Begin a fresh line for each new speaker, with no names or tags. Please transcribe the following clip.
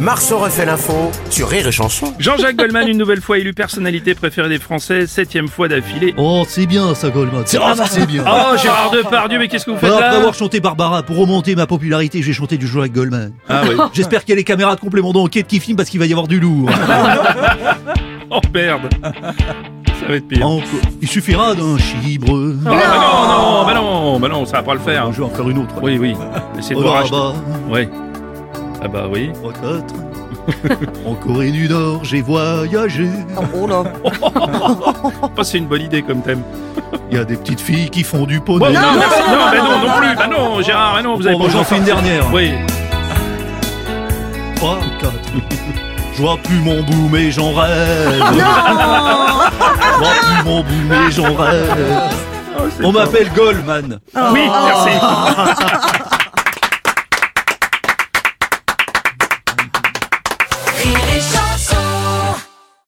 Marceau refait l'info sur Rire et Chanson.
Jean-Jacques Goldman, une nouvelle fois élu personnalité préférée des Français, septième fois d'affilée.
Oh, c'est bien ça, Goldman. C'est ah, c'est bien.
Oh, Gérard Depardieu, mais qu'est-ce que vous faites
Après
là
avoir chanté Barbara, pour remonter ma popularité, j'ai chanté du Jean-Jacques Goldman.
Ah oui.
J'espère qu'il y a les caméras de complément d'enquête qui filment parce qu'il va y avoir du lourd.
Ah, Oh merde Ça va être pire.
Enco- Il suffira d'un chibre.
Oh, bah non, non, bah non, bah non, ça va pas le faire.
On joue encore une autre.
Oui, oui. Essayez de
Oh,
vous
là
racheter.
bas,
Oui. Ah bah oui.
trois, quatre. en Corée du Nord, j'ai voyagé.
Ah. Oh, c'est une bonne idée comme thème.
Il y a des petites filles qui font du
Bon,
poney.
Oh, non, merci. Non, bah non, non plus. Bah non, Gérard, bah non, vous avez
Bon, bah,
pas
j'en
le
fais une
temps.
dernière.
Oui.
Trois, quatre. Je vois plus mon bout, mais j'en rêve. Je vois plus mon bout, mais j'en rêve.
Oh, c'est fort. Oh.
On m'appelle Goldman.
Oui, merci.